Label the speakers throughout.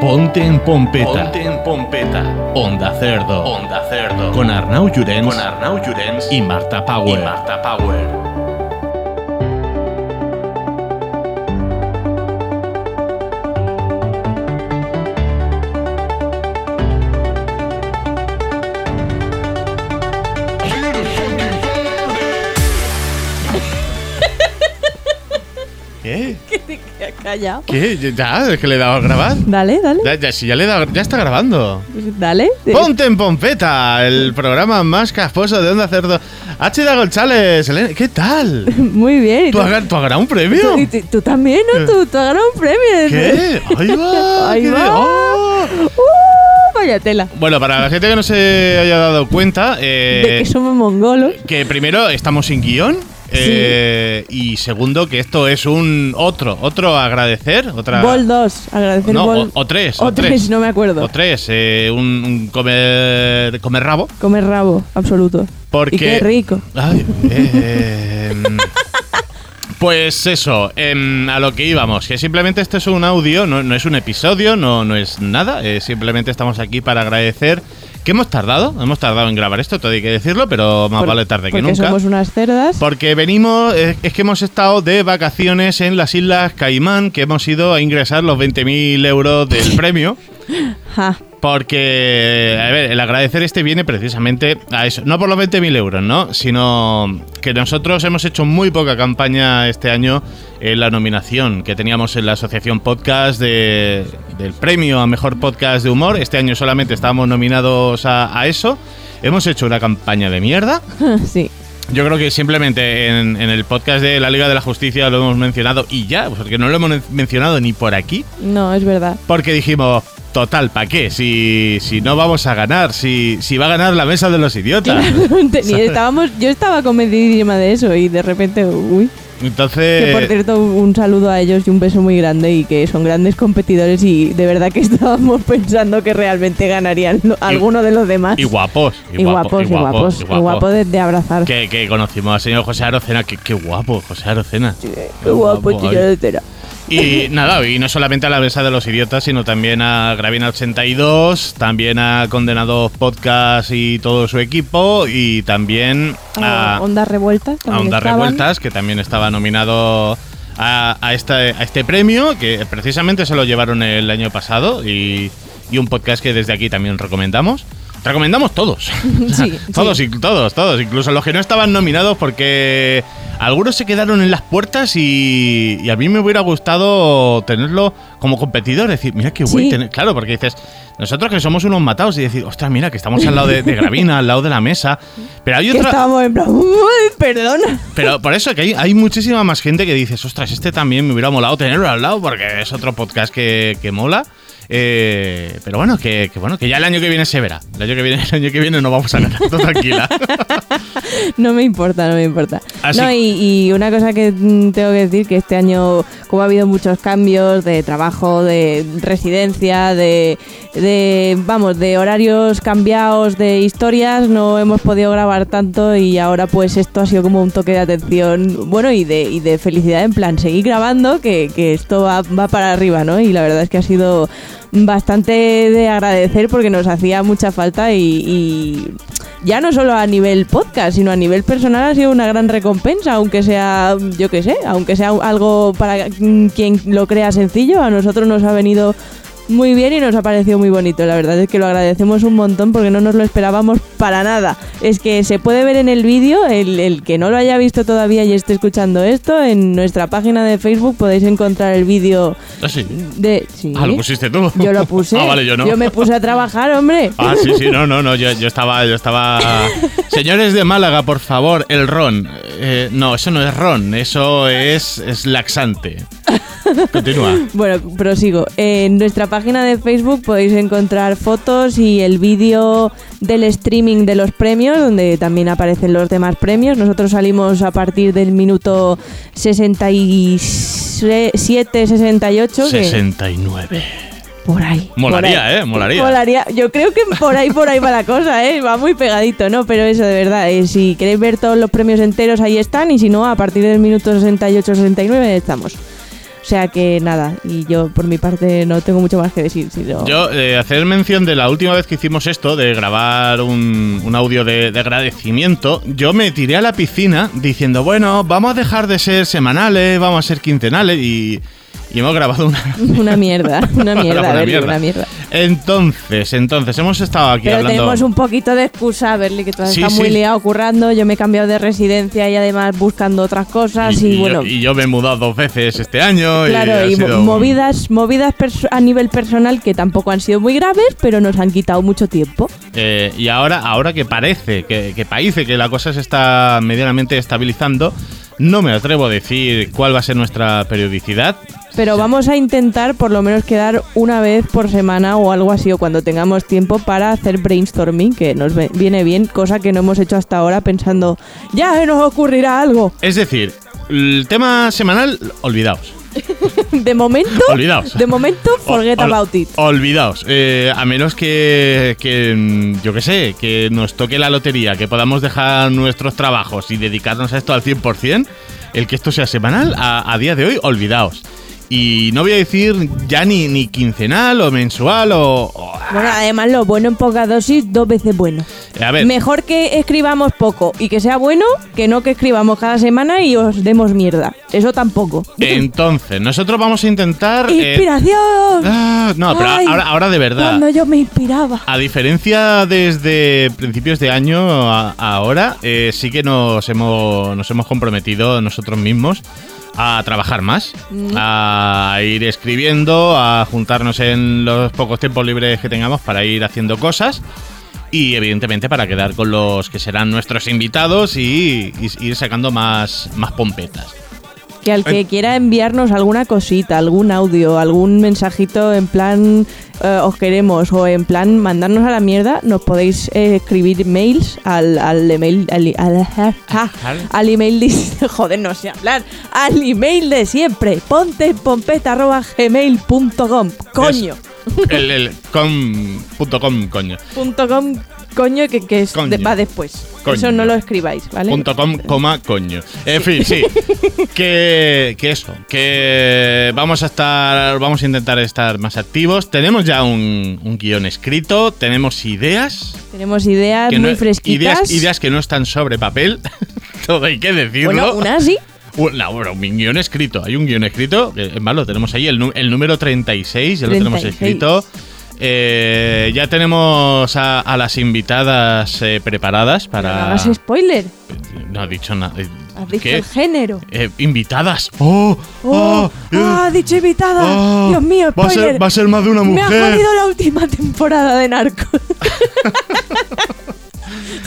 Speaker 1: Ponte en Pompeta. Ponte en Pompeta. Onda Cerdo. Onda Cerdo. Con Arnau Llorens. Con Arnau Llorens. Y Marta Power. Y Marta Power.
Speaker 2: ¿Qué?
Speaker 3: Calla.
Speaker 2: ¿Qué? Ya, es que le he dado a grabar.
Speaker 3: Dale, dale.
Speaker 2: Ya, ya, si ya le he dado, ya está grabando.
Speaker 3: Dale.
Speaker 2: Ponte en Pompeta, el programa más casposo de Onda Cerdo. H. Golchales, Elena, ¿qué tal?
Speaker 3: Muy bien. ¿y
Speaker 2: ¿Tú
Speaker 3: tú-
Speaker 2: has, gan- tú has ganado un
Speaker 3: tú,
Speaker 2: premio?
Speaker 3: y tú- tú también, ¿no? Tú, tú has ganado un premio.
Speaker 2: Eh. ¿Qué? ¡Ahí va!
Speaker 3: Ahí
Speaker 2: qué
Speaker 3: va.
Speaker 2: de- ¡Oh!
Speaker 3: ¡Uh! Vaya tela.
Speaker 2: Bueno, para la gente que no se haya dado cuenta, eh,
Speaker 3: De que somos mongolos.
Speaker 2: que primero estamos sin guión. eh, y segundo, que esto es un otro, otro agradecer, otra.
Speaker 3: Bol 2. Agradecer
Speaker 2: No,
Speaker 3: Bol.
Speaker 2: o- o tres,
Speaker 3: O
Speaker 2: o tres.
Speaker 3: tres, no me acuerdo.
Speaker 2: O tres, eh, un, un comer, comer rabo.
Speaker 3: Comer rabo, absoluto.
Speaker 2: Porque.
Speaker 3: Y qué rico.
Speaker 2: Ay, eh, em, pues eso, em, a lo que íbamos, que simplemente esto es un audio, no, no es un episodio, no, no es nada, eh, simplemente estamos aquí para agradecer que hemos tardado, hemos tardado en grabar esto, todo hay que decirlo, pero más
Speaker 3: Por-
Speaker 2: vale tarde que
Speaker 3: porque
Speaker 2: nunca.
Speaker 3: somos unas cerdas.
Speaker 2: Porque venimos, eh, es que hemos estado de vacaciones en las Islas Caimán, que hemos ido a ingresar los 20.000 euros del premio.
Speaker 3: Ja.
Speaker 2: Porque, a ver, el agradecer este viene precisamente a eso. No por los 20.000 euros, ¿no? Sino que nosotros hemos hecho muy poca campaña este año en la nominación que teníamos en la Asociación Podcast de- del premio a Mejor Podcast de Humor. Este año solamente estábamos nominados a, a eso. Hemos hecho una campaña de mierda.
Speaker 3: sí.
Speaker 2: Yo creo que simplemente en, en el podcast de la Liga de la Justicia lo hemos mencionado y ya, pues porque no lo hemos men- mencionado ni por aquí.
Speaker 3: No, es verdad.
Speaker 2: Porque dijimos, total, ¿para qué? Si, si no vamos a ganar, si, si va a ganar la mesa de los idiotas.
Speaker 3: Ni estábamos, yo estaba convencidísima de eso y de repente, uy. Que por
Speaker 2: Entonces,
Speaker 3: cierto, un saludo a ellos y un beso muy grande y que son grandes competidores y de verdad que estábamos pensando que realmente ganarían lo- alguno de los demás.
Speaker 2: y guapos.
Speaker 3: Y guapos, y guapos, y
Speaker 2: guapos.
Speaker 3: guapo de, de abrazar.
Speaker 2: Que, que conocimos al señor José Arocena, que, que guapo, José Arocena.
Speaker 3: Qué guapo,
Speaker 2: guapo,
Speaker 3: chico
Speaker 2: ay.
Speaker 3: de tela.
Speaker 2: Y nada, y no solamente a la mesa de los idiotas, sino también a Gravina 82, también a Condenados Podcast y todo su equipo, y también a,
Speaker 3: Ah, Ondas revueltas.
Speaker 2: a
Speaker 3: también
Speaker 2: Ondas
Speaker 3: estaban.
Speaker 2: Revueltas, que también estaba nominado a, a esta- a este premio, que precisamente se lo llevaron el año pasado, y, y un podcast que desde aquí también recomendamos. Recomendamos todos. O sea,
Speaker 3: Sí, sí.
Speaker 2: todos, y todos, todos, incluso los que no estaban nominados porque algunos se quedaron en las puertas y, y a mí me hubiera gustado tenerlo como competidor, decir, mira qué guay
Speaker 3: Sí.
Speaker 2: tener- claro, porque dices, nosotros que somos unos matados y decir, ostras, mira que estamos al lado de, de Gravina, al lado de la mesa, pero hay
Speaker 3: Que
Speaker 2: otra,
Speaker 3: estábamos en plan, "Uy, perdona.
Speaker 2: pero por eso que hay, hay muchísima más gente que dices, ostras, este también me hubiera molado tenerlo al lado porque es otro podcast que, que mola. Eh, pero bueno que, que bueno, que ya el año que viene se verá. El año que viene, el año que viene no vamos a ganar, tú tranquila.
Speaker 3: No me importa, no me importa.
Speaker 2: Así-
Speaker 3: No, y, y una cosa que mm, tengo que decir, que este año, como ha habido muchos cambios de trabajo, de residencia, de, de vamos, de horarios cambiados, de historias, no hemos podido grabar tanto y ahora pues esto ha sido como un toque de atención, bueno, y de, y de felicidad, en plan, seguir grabando, que, que esto va, va para arriba, ¿no? Y la verdad es que ha sido bastante de agradecer porque nos hacía mucha falta y- y ya no solo a nivel podcast, sino a nivel personal ha sido una gran recompensa, aunque sea, yo qué sé, aunque sea algo para mm, quien lo crea sencillo, a nosotros nos ha venido muy bien y nos ha parecido muy bonito. La verdad es que lo agradecemos un montón porque no nos lo esperábamos para nada. Es que se puede ver en el vídeo, el, el que no lo haya visto todavía y esté escuchando esto, en nuestra página de Facebook podéis encontrar el vídeo
Speaker 2: Ah, sí.
Speaker 3: de... sí.
Speaker 2: Ah, lo pusiste tú.
Speaker 3: Yo lo puse.
Speaker 2: Ah, vale, yo no.
Speaker 3: me puse a trabajar, hombre.
Speaker 2: Ah, sí, sí, no, no, no, yo, yo estaba, yo estaba... Señores de Málaga, por favor, el ron. Eh, no, eso no es ron, eso es, es laxante. Continúa.
Speaker 3: Bueno, prosigo. En nuestra página de Facebook podéis encontrar fotos y el vídeo del streaming de los premios, donde también aparecen los demás premios. Nosotros salimos a partir del minuto 67-68.
Speaker 2: 69.
Speaker 3: Por ahí.
Speaker 2: Molaría,
Speaker 3: por ahí.
Speaker 2: ¿eh? Molaría.
Speaker 3: Yo creo que por ahí, por ahí va la cosa, ¿eh? Va muy pegadito, ¿no? Pero eso, de verdad, eh, si queréis ver todos los premios enteros, ahí están. Y si no, a partir del minuto 68-69 estamos. O sea que nada, y yo por mi parte no tengo mucho más que decir. Sino...
Speaker 2: Yo, eh, hacer mención de la última vez que hicimos esto, de grabar un, un audio de, de agradecimiento, yo me tiré a la piscina diciendo, bueno, vamos a dejar de ser semanales, vamos a ser quincenales y... Y hemos grabado una...
Speaker 3: Una mierda, una mierda, una, Berli, mierda. una mierda.
Speaker 2: Entonces, entonces, hemos estado aquí
Speaker 3: Pero
Speaker 2: hablando...
Speaker 3: tenemos un poquito de excusa, Berly, que tú has
Speaker 2: Sí,
Speaker 3: estado muy
Speaker 2: sí.
Speaker 3: liado currando, yo me he cambiado de residencia y además buscando otras cosas y,
Speaker 2: yo-
Speaker 3: bueno...
Speaker 2: y Yo, me he mudado dos veces este año.
Speaker 3: Claro,
Speaker 2: ha
Speaker 3: y, mo-
Speaker 2: sido un-
Speaker 3: movidas, movidas perso- a nivel personal que tampoco han sido muy graves, pero nos han quitado mucho tiempo.
Speaker 2: Eh, y ahora, ahora que parece, que, que parece que la cosa se está medianamente estabilizando, no me atrevo a decir cuál va a ser nuestra periodicidad.
Speaker 3: Pero vamos a intentar por lo menos quedar una vez por semana o algo así, o cuando tengamos tiempo para hacer brainstorming, que nos ve- viene bien, cosa que no hemos hecho hasta ahora pensando, ya eh, nos ocurrirá algo.
Speaker 2: Es decir, el tema semanal, olvidaos.
Speaker 3: De momento,
Speaker 2: Olvidaos.
Speaker 3: de momento, forget
Speaker 2: Ol- ol-
Speaker 3: about it.
Speaker 2: Olvidaos. Eh, a menos que, que, mm, yo qué sé, que nos toque la lotería, que podamos dejar nuestros trabajos y dedicarnos a esto al 100%, el que esto sea semanal, a, a día de hoy, olvidaos. Y no voy a decir ya ni, ni quincenal o mensual o... o-
Speaker 3: Bueno, además lo bueno en poca dosis, dos veces bueno.
Speaker 2: a ver,
Speaker 3: Mejor que escribamos poco y que sea bueno que no que escribamos cada semana y os demos mierda. Eso tampoco.
Speaker 2: entonces, nosotros vamos a intentar... eh,
Speaker 3: ¡Inspiración!
Speaker 2: ah, no, pero
Speaker 3: Ay,
Speaker 2: ahora, ahora de verdad.
Speaker 3: Cuando yo me inspiraba.
Speaker 2: A diferencia desde principios de año a, a ahora, eh, sí que nos hemos, nos hemos comprometido nosotros mismos a trabajar más, a ir escribiendo, a juntarnos en los pocos tiempos libres que tengamos para ir haciendo cosas y evidentemente para quedar con los que serán nuestros invitados y, y ir sacando más, más pompetas.
Speaker 3: Que al que
Speaker 2: Eh.
Speaker 3: quiera enviarnos alguna cosita, algún audio, algún mensajito en plan eh, os queremos o en plan mandarnos a la mierda, nos podéis eh, escribir mails al, al email al, al- ah, al email de, joder, no sé hablar, al email de siempre, ponte gmail.com, coño,
Speaker 2: El, el com, punto com, coño.
Speaker 3: punto com, coño que, que es-
Speaker 2: Coño.
Speaker 3: de- va después.
Speaker 2: Coño.
Speaker 3: Eso no lo escribáis, ¿vale?
Speaker 2: Punto com, coma, coño. En fin, sí. que, que eso, que vamos a estar, vamos a intentar estar más activos. Tenemos ya un, un guión escrito, tenemos ideas.
Speaker 3: Tenemos ideas
Speaker 2: que
Speaker 3: Ah, muy
Speaker 2: no- e-
Speaker 3: fresquitas.
Speaker 2: Ideas, ideas que no están sobre papel. Todo hay que decirlo.
Speaker 3: bueno, una sí.
Speaker 2: Un- no, bueno, un guión escrito. Hay un guión escrito. que, Es más, lo tenemos ahí. El, nu- el número 36, ya lo tenemos
Speaker 3: 36.
Speaker 2: escrito. Eh, ya tenemos a, a las invitadas eh, preparadas
Speaker 3: No
Speaker 2: para.
Speaker 3: hagas spoiler.
Speaker 2: No ha dicho nada.
Speaker 3: Has dicho el género.
Speaker 2: Eh, invitadas. ¡Oh!
Speaker 3: ¡Oh!
Speaker 2: eh,
Speaker 3: ¡Ah, dicho invitada!
Speaker 2: ah,
Speaker 3: ¡Dios mío,
Speaker 2: Va a,
Speaker 3: spoiler!
Speaker 2: ser, va a ser más de una
Speaker 3: Me ha
Speaker 2: mujer.
Speaker 3: jodido la última temporada de Narcos.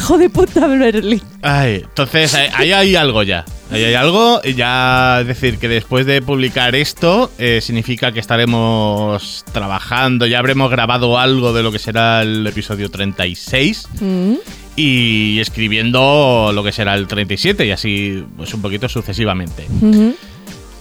Speaker 3: Joder puta, Berlín.
Speaker 2: Ay, entonces, eh, ahí hay algo ya. Ahí hay algo. y Ya es decir que después de publicar esto, eh, significa que estaremos trabajando. Ya habremos grabado algo de lo que será el episodio 36.
Speaker 3: Mm,
Speaker 2: Y escribiendo lo que será el 37 y así pues un poquito sucesivamente.
Speaker 3: mm-hmm.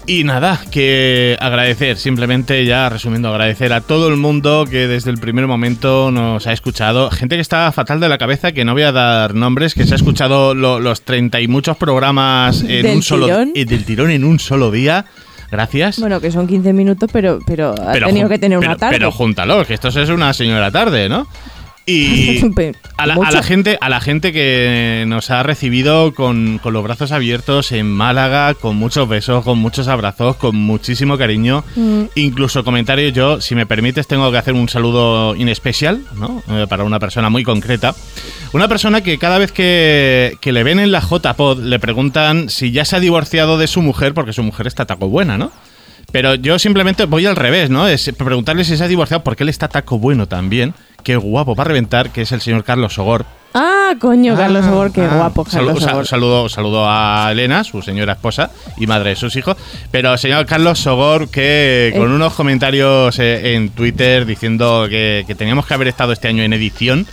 Speaker 2: Y nada, que agradecer, simplemente ya resumiendo, agradecer a todo el mundo que desde el primer momento nos ha escuchado. Gente que está fatal de la cabeza, que no voy a dar nombres, que se ha escuchado lo- los 30 y muchos programas en
Speaker 3: Del
Speaker 2: un solo
Speaker 3: tirón.
Speaker 2: eh, del tirón en un solo día. Gracias.
Speaker 3: Bueno, que son 15 minutos, pero, pero ha
Speaker 2: Pero
Speaker 3: tenido
Speaker 2: jun-
Speaker 3: que tener una
Speaker 2: pero-
Speaker 3: tarde.
Speaker 2: Pero júntalos, que esto es una señora tarde, ¿no? Y
Speaker 3: Pe-
Speaker 2: a la, a
Speaker 3: mucho.
Speaker 2: la gente, a la gente que nos ha recibido con, con los brazos abiertos en Málaga, con muchos besos, con muchos abrazos, con muchísimo cariño, incluso comentarios. Yo, si me permites, tengo que hacer un saludo in especial, ¿no? Eh, para una persona muy concreta. Una persona que cada vez que, que le ven en la J-Pod le preguntan si ya se ha divorciado de su mujer, porque su mujer está taco buena, ¿no? Pero yo simplemente voy al revés, ¿no? Es preguntarle si se ha divorciado porque él está taco bueno también. Qué guapo va a reventar, que es el señor Carlos Ogor.
Speaker 3: Ah, coño, Carlos
Speaker 2: Ah,
Speaker 3: Sobor, qué
Speaker 2: ah.
Speaker 3: guapo,
Speaker 2: Salu-
Speaker 3: Carlos
Speaker 2: sa-
Speaker 3: Sobor.
Speaker 2: saludo, saludo a Elena, su señora esposa y madre de sus hijos. Pero señor Carlos Sogor, que con
Speaker 3: Eh.
Speaker 2: unos comentarios eh, en Twitter diciendo que, que teníamos que haber estado este año en edición.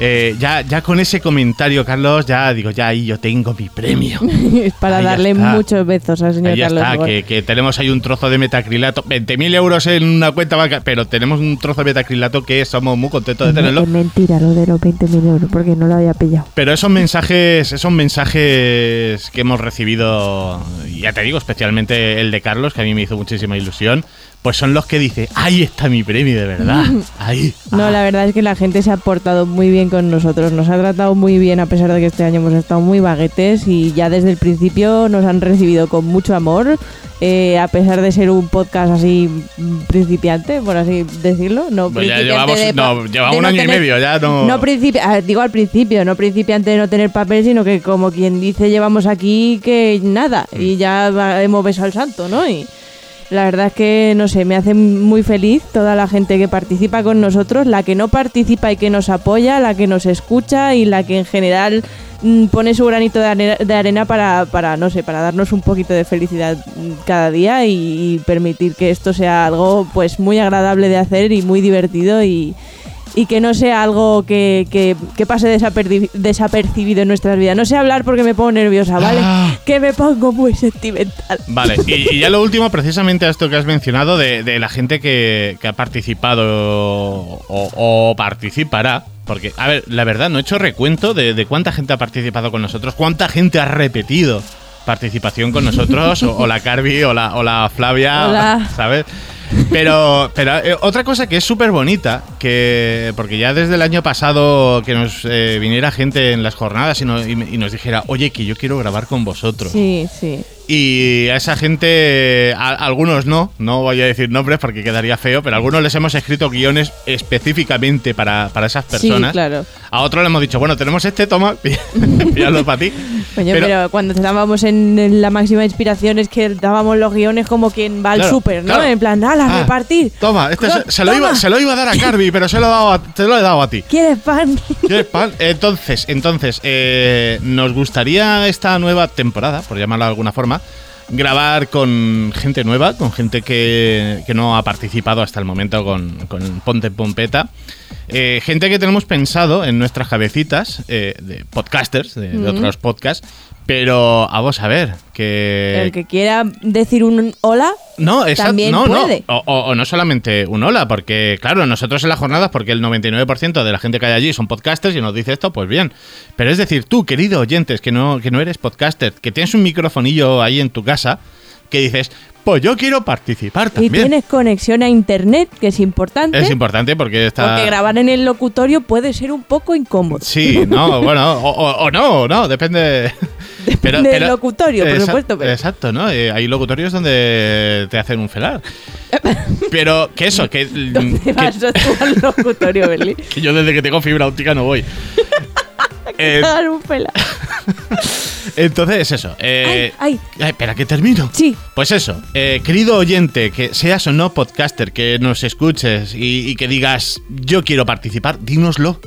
Speaker 2: eh, ya, ya con ese comentario, Carlos, ya digo, ya ahí yo tengo mi premio.
Speaker 3: Es para
Speaker 2: Ahí ya
Speaker 3: darle
Speaker 2: está.
Speaker 3: muchos besos al señor
Speaker 2: Ahí ya
Speaker 3: Carlos
Speaker 2: está,
Speaker 3: Sobor.
Speaker 2: que, que tenemos ahí un trozo de metacrilato. 20.000 euros en una cuenta bancaria, pero tenemos un trozo de metacrilato que somos muy contentos de tenerlo.
Speaker 4: Es mentira lo de los 20.000 euros, porque no lo había pillado.
Speaker 2: Pero esos mensajes, esos mensajes que hemos recibido y, ya te digo, especialmente el de Carlos, que a mí me hizo muchísima ilusión, pues son los que dice, ahí está mi premio de verdad, ahí.
Speaker 3: No, la verdad es que la gente se ha portado muy bien con nosotros, nos ha tratado muy bien a pesar de que este año hemos estado muy baguetes y ya desde el principio nos han recibido con mucho amor, eh, a pesar de ser un podcast así mm, principiante, por así decirlo. No,
Speaker 2: Pues ya
Speaker 3: principiante
Speaker 2: llevamos-
Speaker 3: de pa-
Speaker 2: no, llevamos
Speaker 3: de
Speaker 2: un año y
Speaker 3: tener-
Speaker 2: medio, ya no-
Speaker 3: principi- ah, digo al principio, no principiante de no tener papel, sino que como quien dice llevamos aquí que nada y
Speaker 2: Mm.
Speaker 3: ya va- hemos besado al santo, ¿no? Y la verdad es que, no sé, me hace muy feliz toda la gente que participa con nosotros, la que no participa y que nos apoya, la que nos escucha y la que en general mm, pone su granito de arena, de arena para, para, no sé, para darnos un poquito de felicidad mm, cada día y, y permitir que esto sea algo pues muy agradable de hacer y muy divertido y, y que no sea algo que, que- que pase desaperdi- desapercibido en nuestras vidas. No sé hablar porque me pongo nerviosa, ¿vale?
Speaker 2: Ah.
Speaker 3: Que me pongo muy sentimental.
Speaker 2: Vale, y, y ya lo último, precisamente a esto que has mencionado, de, de la gente que, que ha participado o, o participará. Porque, a ver, la verdad, no he hecho recuento de, de cuánta gente ha participado con nosotros, cuánta gente ha repetido participación con nosotros, o, o la Carvi, o la, o la Flavia,
Speaker 3: Hola.
Speaker 2: ¿sabes? Pero, pero eh, otra cosa que es súper bonita, que porque ya desde el año pasado que nos eh, viniera gente en las jornadas y, no- y me- y nos dijera, oye, que yo quiero grabar con vosotros.
Speaker 3: Sí, sí.
Speaker 2: Y a esa gente, a- algunos no, no voy a decir nombres porque quedaría feo, pero a algunos les hemos escrito guiones específicamente para, para esas personas.
Speaker 3: Sí, claro.
Speaker 2: A otros le hemos dicho, bueno, tenemos este, toma, píllalo para ti.
Speaker 3: Coño,
Speaker 2: Pero-
Speaker 3: pero, cuando estábamos en, en la máxima inspiración es que dábamos los guiones como quien va al
Speaker 2: Claro,
Speaker 3: súper, ¿no?
Speaker 2: claro.
Speaker 3: En plan, ala,
Speaker 2: Ah,
Speaker 3: repartir.
Speaker 2: Toma, este se,
Speaker 3: Co-
Speaker 2: se lo iba,
Speaker 3: toma.
Speaker 2: se lo iba a dar a Carvi, pero se lo, he dado a- te lo he dado a ti.
Speaker 3: ¿Quieres pan?
Speaker 2: Qué pan. Entonces, entonces, eh, nos gustaría esta nueva temporada, por llamarla de alguna forma, grabar con gente nueva, con gente que, que no ha participado hasta el momento con, con Ponte en Pompeta. Eh, gente que tenemos pensado en nuestras cabecitas, eh, de podcasters, de, de otros podcasts, pero vamos a ver, que...
Speaker 3: El que quiera decir un hola,
Speaker 2: No, exacto.
Speaker 3: También
Speaker 2: no,
Speaker 3: puede.
Speaker 2: no. O, o- o no solamente un hola, porque, claro, nosotros en las jornadas, porque el 99% de la gente que hay allí son podcasters y nos dice esto, pues bien. Pero es decir, tú, querido oyentes, que no, que no eres podcaster, que tienes un microfonillo ahí en tu casa, que dices, pues yo quiero participar
Speaker 3: y
Speaker 2: también.
Speaker 3: tienes conexión a internet, que es importante,
Speaker 2: es importante porque está.
Speaker 3: porque grabar en el locutorio puede ser un poco incómodo.
Speaker 2: Sí, no, bueno, o, o- o no, no, depende.
Speaker 3: Depende del locutorio, por
Speaker 2: Exa-
Speaker 3: supuesto, pero-
Speaker 2: Exacto, ¿no? Eh, hay locutorios donde te hacen un felar. Pero que eso, que,
Speaker 3: ¿Dónde
Speaker 2: que-
Speaker 3: vas tú al locutorio, Berlín?
Speaker 2: que yo desde que tengo fibra óptica no voy. Eh,
Speaker 3: Dar un pela.
Speaker 2: entonces, eso. eh,
Speaker 3: Ay,
Speaker 2: ay, espera, que termino.
Speaker 3: Sí.
Speaker 2: Pues eso, eh, querido oyente, que seas o no podcaster, que nos escuches y, y que digas, yo quiero participar, dínoslo.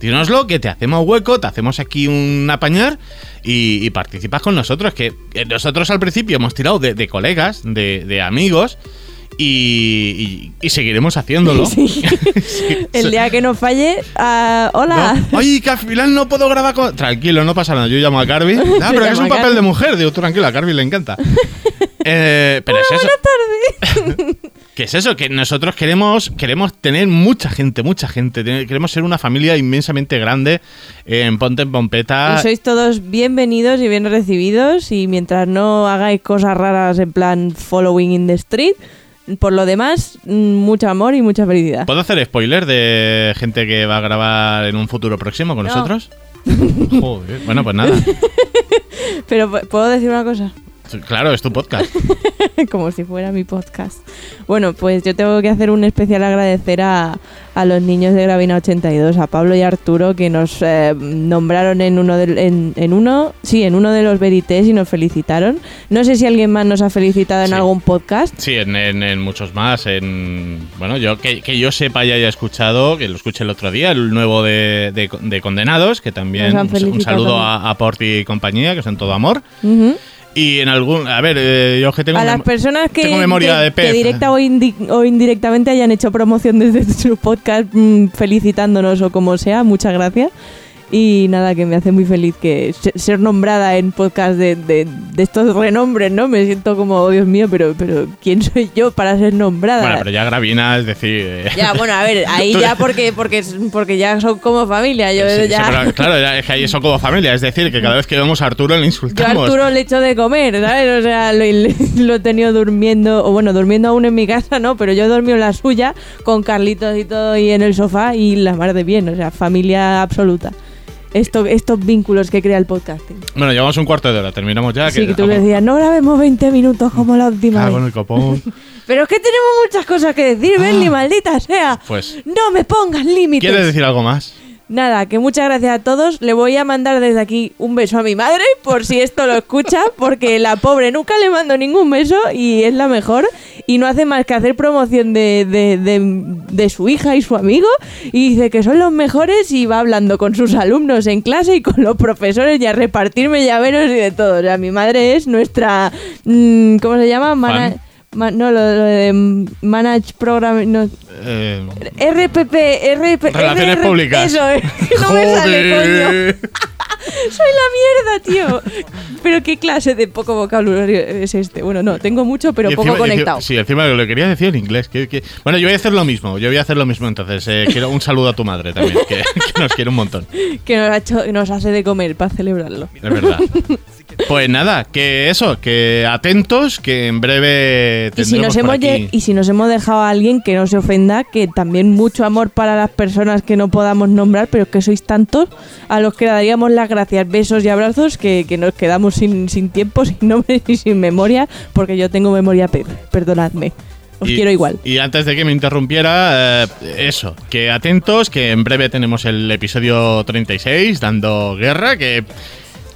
Speaker 2: Dínoslo, que te hacemos hueco, te hacemos aquí un apañar y, y participas con nosotros. Que eh, nosotros al principio hemos tirado de, de colegas, de, de amigos y, y- y seguiremos haciéndolo.
Speaker 3: El día que no falle, ah, hola.
Speaker 2: ¿No? Oye, que al final no puedo grabar con. Tranquilo, no pasa nada. Yo llamo a Carvi. Ah,
Speaker 3: Yo
Speaker 2: pero que
Speaker 3: llamo
Speaker 2: es un
Speaker 3: a
Speaker 2: papel
Speaker 3: Carvi.
Speaker 2: de mujer. Digo, tú tranquila, a Carvi le encanta. Eh, pero es eso. ¿Qué es eso? Que nosotros queremos, queremos tener mucha gente, mucha gente. Tener- Queremos ser una familia inmensamente grande en Ponte en Pompeta.
Speaker 3: Y sois todos bienvenidos y bien recibidos y mientras no hagáis cosas raras en plan following in the street, por lo demás, mm, mucho amor y mucha felicidad.
Speaker 2: ¿Puedo hacer spoiler de gente que va a grabar en un futuro próximo con
Speaker 3: No.
Speaker 2: nosotros? Joder. Bueno, pues nada.
Speaker 3: Pero pu- puedo decir una cosa,
Speaker 2: Claro, es tu podcast.
Speaker 3: como si fuera mi podcast. Bueno, pues yo tengo que hacer un especial agradecer a, a los niños de Gravina 82, a Pablo y Arturo, que nos eh, nombraron en uno, del- en, en uno, sí, en uno de los verités y nos felicitaron. No sé si alguien más nos ha felicitado
Speaker 2: Sí.
Speaker 3: en algún podcast.
Speaker 2: Sí, en, en- en muchos más. En, bueno, yo que, que yo sepa y haya escuchado, que lo escuché el otro día, el nuevo de, de- de Condenados, que también
Speaker 3: Nos han
Speaker 2: un, un
Speaker 3: felicitado
Speaker 2: saludo
Speaker 3: también.
Speaker 2: a, a Porti y compañía, que son todo amor.
Speaker 3: Ujú.
Speaker 2: Y en algún... A ver, eh, yo que tengo...
Speaker 3: a las
Speaker 2: mem-
Speaker 3: personas que,
Speaker 2: tengo memoria
Speaker 3: que-
Speaker 2: de pez. ¿eh?
Speaker 3: que directa o, indi- o indirectamente hayan hecho promoción desde su podcast mm, felicitándonos o como sea, muchas gracias. Y nada, que me hace muy feliz que se- ser nombrada en podcast de, de- de estos renombres, ¿no? Me siento como, oh, Dios mío, pero, pero ¿quién soy yo para ser nombrada?
Speaker 2: Bueno, pero ya Gravina, es decir. eh,
Speaker 3: Ya, bueno, a ver, ahí ya porque, porque, porque ya son como familia. Yo,
Speaker 2: sí, sí,
Speaker 3: ya,
Speaker 2: pero claro, ya es que ahí son como familia, es decir, que cada vez que vemos a Arturo le
Speaker 3: Yo a
Speaker 2: insultamos.
Speaker 3: Arturo le echo de comer, ¿sabes? O sea, lo, lo he tenido durmiendo, o bueno, durmiendo aún en mi casa, ¿no? Pero yo he dormido en la suya, con Carlitos y todo, y en el sofá, y la mar de bien, o sea, familia absoluta. Esto, estos vínculos que crea el podcasting.
Speaker 2: Bueno, llevamos un cuarto de hora, terminamos ya.
Speaker 3: Sí, que tú
Speaker 2: dejamos-
Speaker 3: le decías, no grabemos 20 minutos como la última
Speaker 2: Cago en
Speaker 3: vez.
Speaker 2: el copón.
Speaker 3: Pero es que tenemos muchas cosas que decir, Benny, maldita sea.
Speaker 2: Ah. Pues.
Speaker 3: No me pongas límites.
Speaker 2: ¿Quieres decir algo más?
Speaker 3: Nada, que muchas gracias a todos. Le voy a mandar desde aquí un beso a mi madre, por si esto lo escucha, porque la pobre nunca le mando ningún beso y es la mejor. Y no hace más que hacer promoción de, de- de- de su hija y su amigo. Y dice que son los mejores y va hablando con sus alumnos en clase y con los profesores y a repartirme llaveros y de todo. O sea, mi madre es nuestra. mm, ¿Cómo se llama?
Speaker 2: Fan.
Speaker 3: ma- no, lo, lo de mm, Manage Program. no,
Speaker 2: Eh,
Speaker 3: RPP, RP,
Speaker 2: Relaciones
Speaker 3: RR,
Speaker 2: públicas.
Speaker 3: Eso, eh. no me sale, coño.
Speaker 2: Joder.
Speaker 3: Soy la mierda, tío. Pero qué clase de poco vocabulario es este. Bueno, no, tengo mucho, pero
Speaker 2: Y
Speaker 3: poco
Speaker 2: encima- y
Speaker 3: conectado.
Speaker 2: Encima, sí, encima lo quería decir en inglés. que- que- Bueno, yo voy a hacer lo mismo. Yo voy a hacer lo mismo entonces. eh, quiero un saludo a tu madre también, que, que nos quiere un montón.
Speaker 3: Que nos, ha hecho- nos hace de comer para celebrarlo.
Speaker 2: Es verdad. Pues nada, que eso, que atentos, que en breve
Speaker 3: Y
Speaker 2: tendremos
Speaker 3: si, nos
Speaker 2: por
Speaker 3: hemos
Speaker 2: aquí-
Speaker 3: lle- y si nos hemos dejado a alguien que no se ofenda, que también mucho amor para las personas que no podamos nombrar, pero es que sois tantos a los que le daríamos las gracias, besos y abrazos, que, que nos quedamos sin, sin tiempo, sin nombres y sin memoria, porque yo tengo memoria pez, perdonadme. Os
Speaker 2: y-
Speaker 3: quiero igual.
Speaker 2: Y antes de que me interrumpiera, eh, eso, que atentos, que en breve tenemos el episodio 36, dando guerra, que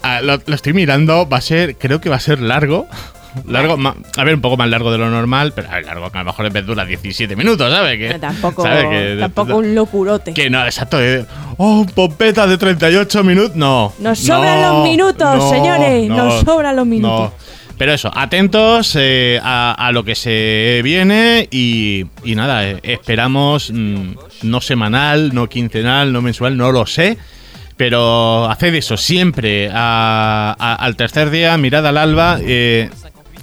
Speaker 2: ah, lo, lo estoy mirando, va a ser, creo que va a ser largo. Largo, ma- a ver, un poco más largo de lo normal, pero a ver, largo, que a lo mejor en vez dura 17 minutos, ¿sabes? Que,
Speaker 3: Pero tampoco,
Speaker 2: ¿sabes? Que-
Speaker 3: tampoco un locurote.
Speaker 2: Que no, exacto. eh, oh, un pompeta de 38 minutos. No.
Speaker 3: Nos sobran
Speaker 2: no,
Speaker 3: los minutos,
Speaker 2: no,
Speaker 3: señores,
Speaker 2: no,
Speaker 3: nos sobran los
Speaker 2: no.
Speaker 3: minutos.
Speaker 2: Pero eso, atentos eh, a, a lo que se viene y, y nada, eh, esperamos mm, no semanal, no quincenal, no mensual, no lo sé. Pero haced eso siempre. a- a- al tercer día, mirad al alba. eh,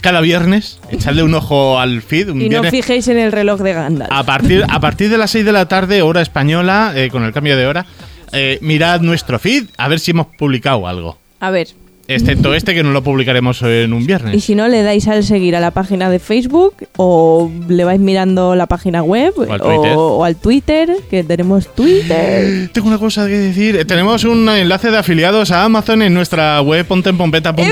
Speaker 2: cada viernes, echadle un ojo al feed. Un
Speaker 3: Y no
Speaker 2: viernes,
Speaker 3: fijéis en el reloj de Gandalf.
Speaker 2: a partir, a partir de las 6 de la tarde, hora española, eh, con el cambio de hora, eh, mirad nuestro feed a ver si hemos publicado algo.
Speaker 3: A ver,
Speaker 2: Excepto este que no lo publicaremos en un
Speaker 3: y
Speaker 2: viernes.
Speaker 3: si no, le dais al seguir a la página de Facebook o le vais mirando la página web
Speaker 2: O al Twitter.
Speaker 3: o al Twitter, que tenemos Twitter.
Speaker 2: Tengo una cosa que decir. Eh, Tenemos un enlace de afiliados a Amazon en nuestra web pontenpompeta.com.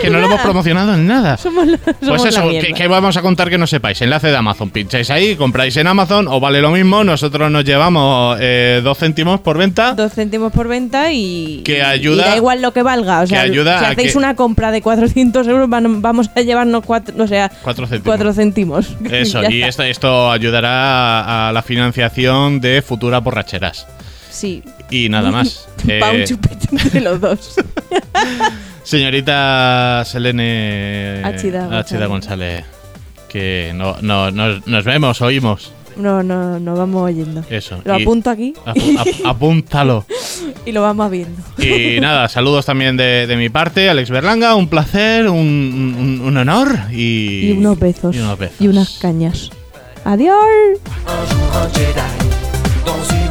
Speaker 2: Que no lo hemos promocionado en nada.
Speaker 3: Somos, la-
Speaker 2: Pues
Speaker 3: somos la
Speaker 2: eso,
Speaker 3: mierda.
Speaker 2: que, que vamos a contar que no sepáis. Enlace de Amazon. Pincháis ahí, compráis en Amazon o vale lo mismo. Nosotros nos llevamos eh, dos céntimos por venta.
Speaker 3: Dos céntimos por venta y.
Speaker 2: Que
Speaker 3: y-
Speaker 2: ayuda-
Speaker 3: y da igual lo que valga. O sea,
Speaker 2: que ayuda
Speaker 3: si
Speaker 2: a
Speaker 3: hacéis
Speaker 2: que-
Speaker 3: una compra de 400 euros, van- vamos a llevarnos cuatro, o sea,
Speaker 2: Cuatro céntimos.
Speaker 3: cuatro céntimos.
Speaker 2: Eso,
Speaker 3: Ya
Speaker 2: y
Speaker 3: está.
Speaker 2: esto, esto ayudará a, a la financiación de futuras borracheras.
Speaker 3: Sí.
Speaker 2: Y nada más.
Speaker 3: Va un
Speaker 2: Eh,
Speaker 3: chupete entre los dos.
Speaker 2: señorita Selene
Speaker 3: Achida González.
Speaker 2: Achida González, que no, no- nos, nos vemos, oímos.
Speaker 3: No, no, no vamos oyendo.
Speaker 2: Eso.
Speaker 3: Lo
Speaker 2: y-
Speaker 3: apunto aquí
Speaker 2: apu- ap- apúntalo.
Speaker 3: y lo vamos viendo.
Speaker 2: Y nada, saludos también de, de mi parte, Alex Berlanga, un placer, un, un- un honor y,
Speaker 3: Y, unos besos.
Speaker 2: y unos besos.
Speaker 3: Y unas cañas. Adiós.
Speaker 5: un jour un Jedi dans une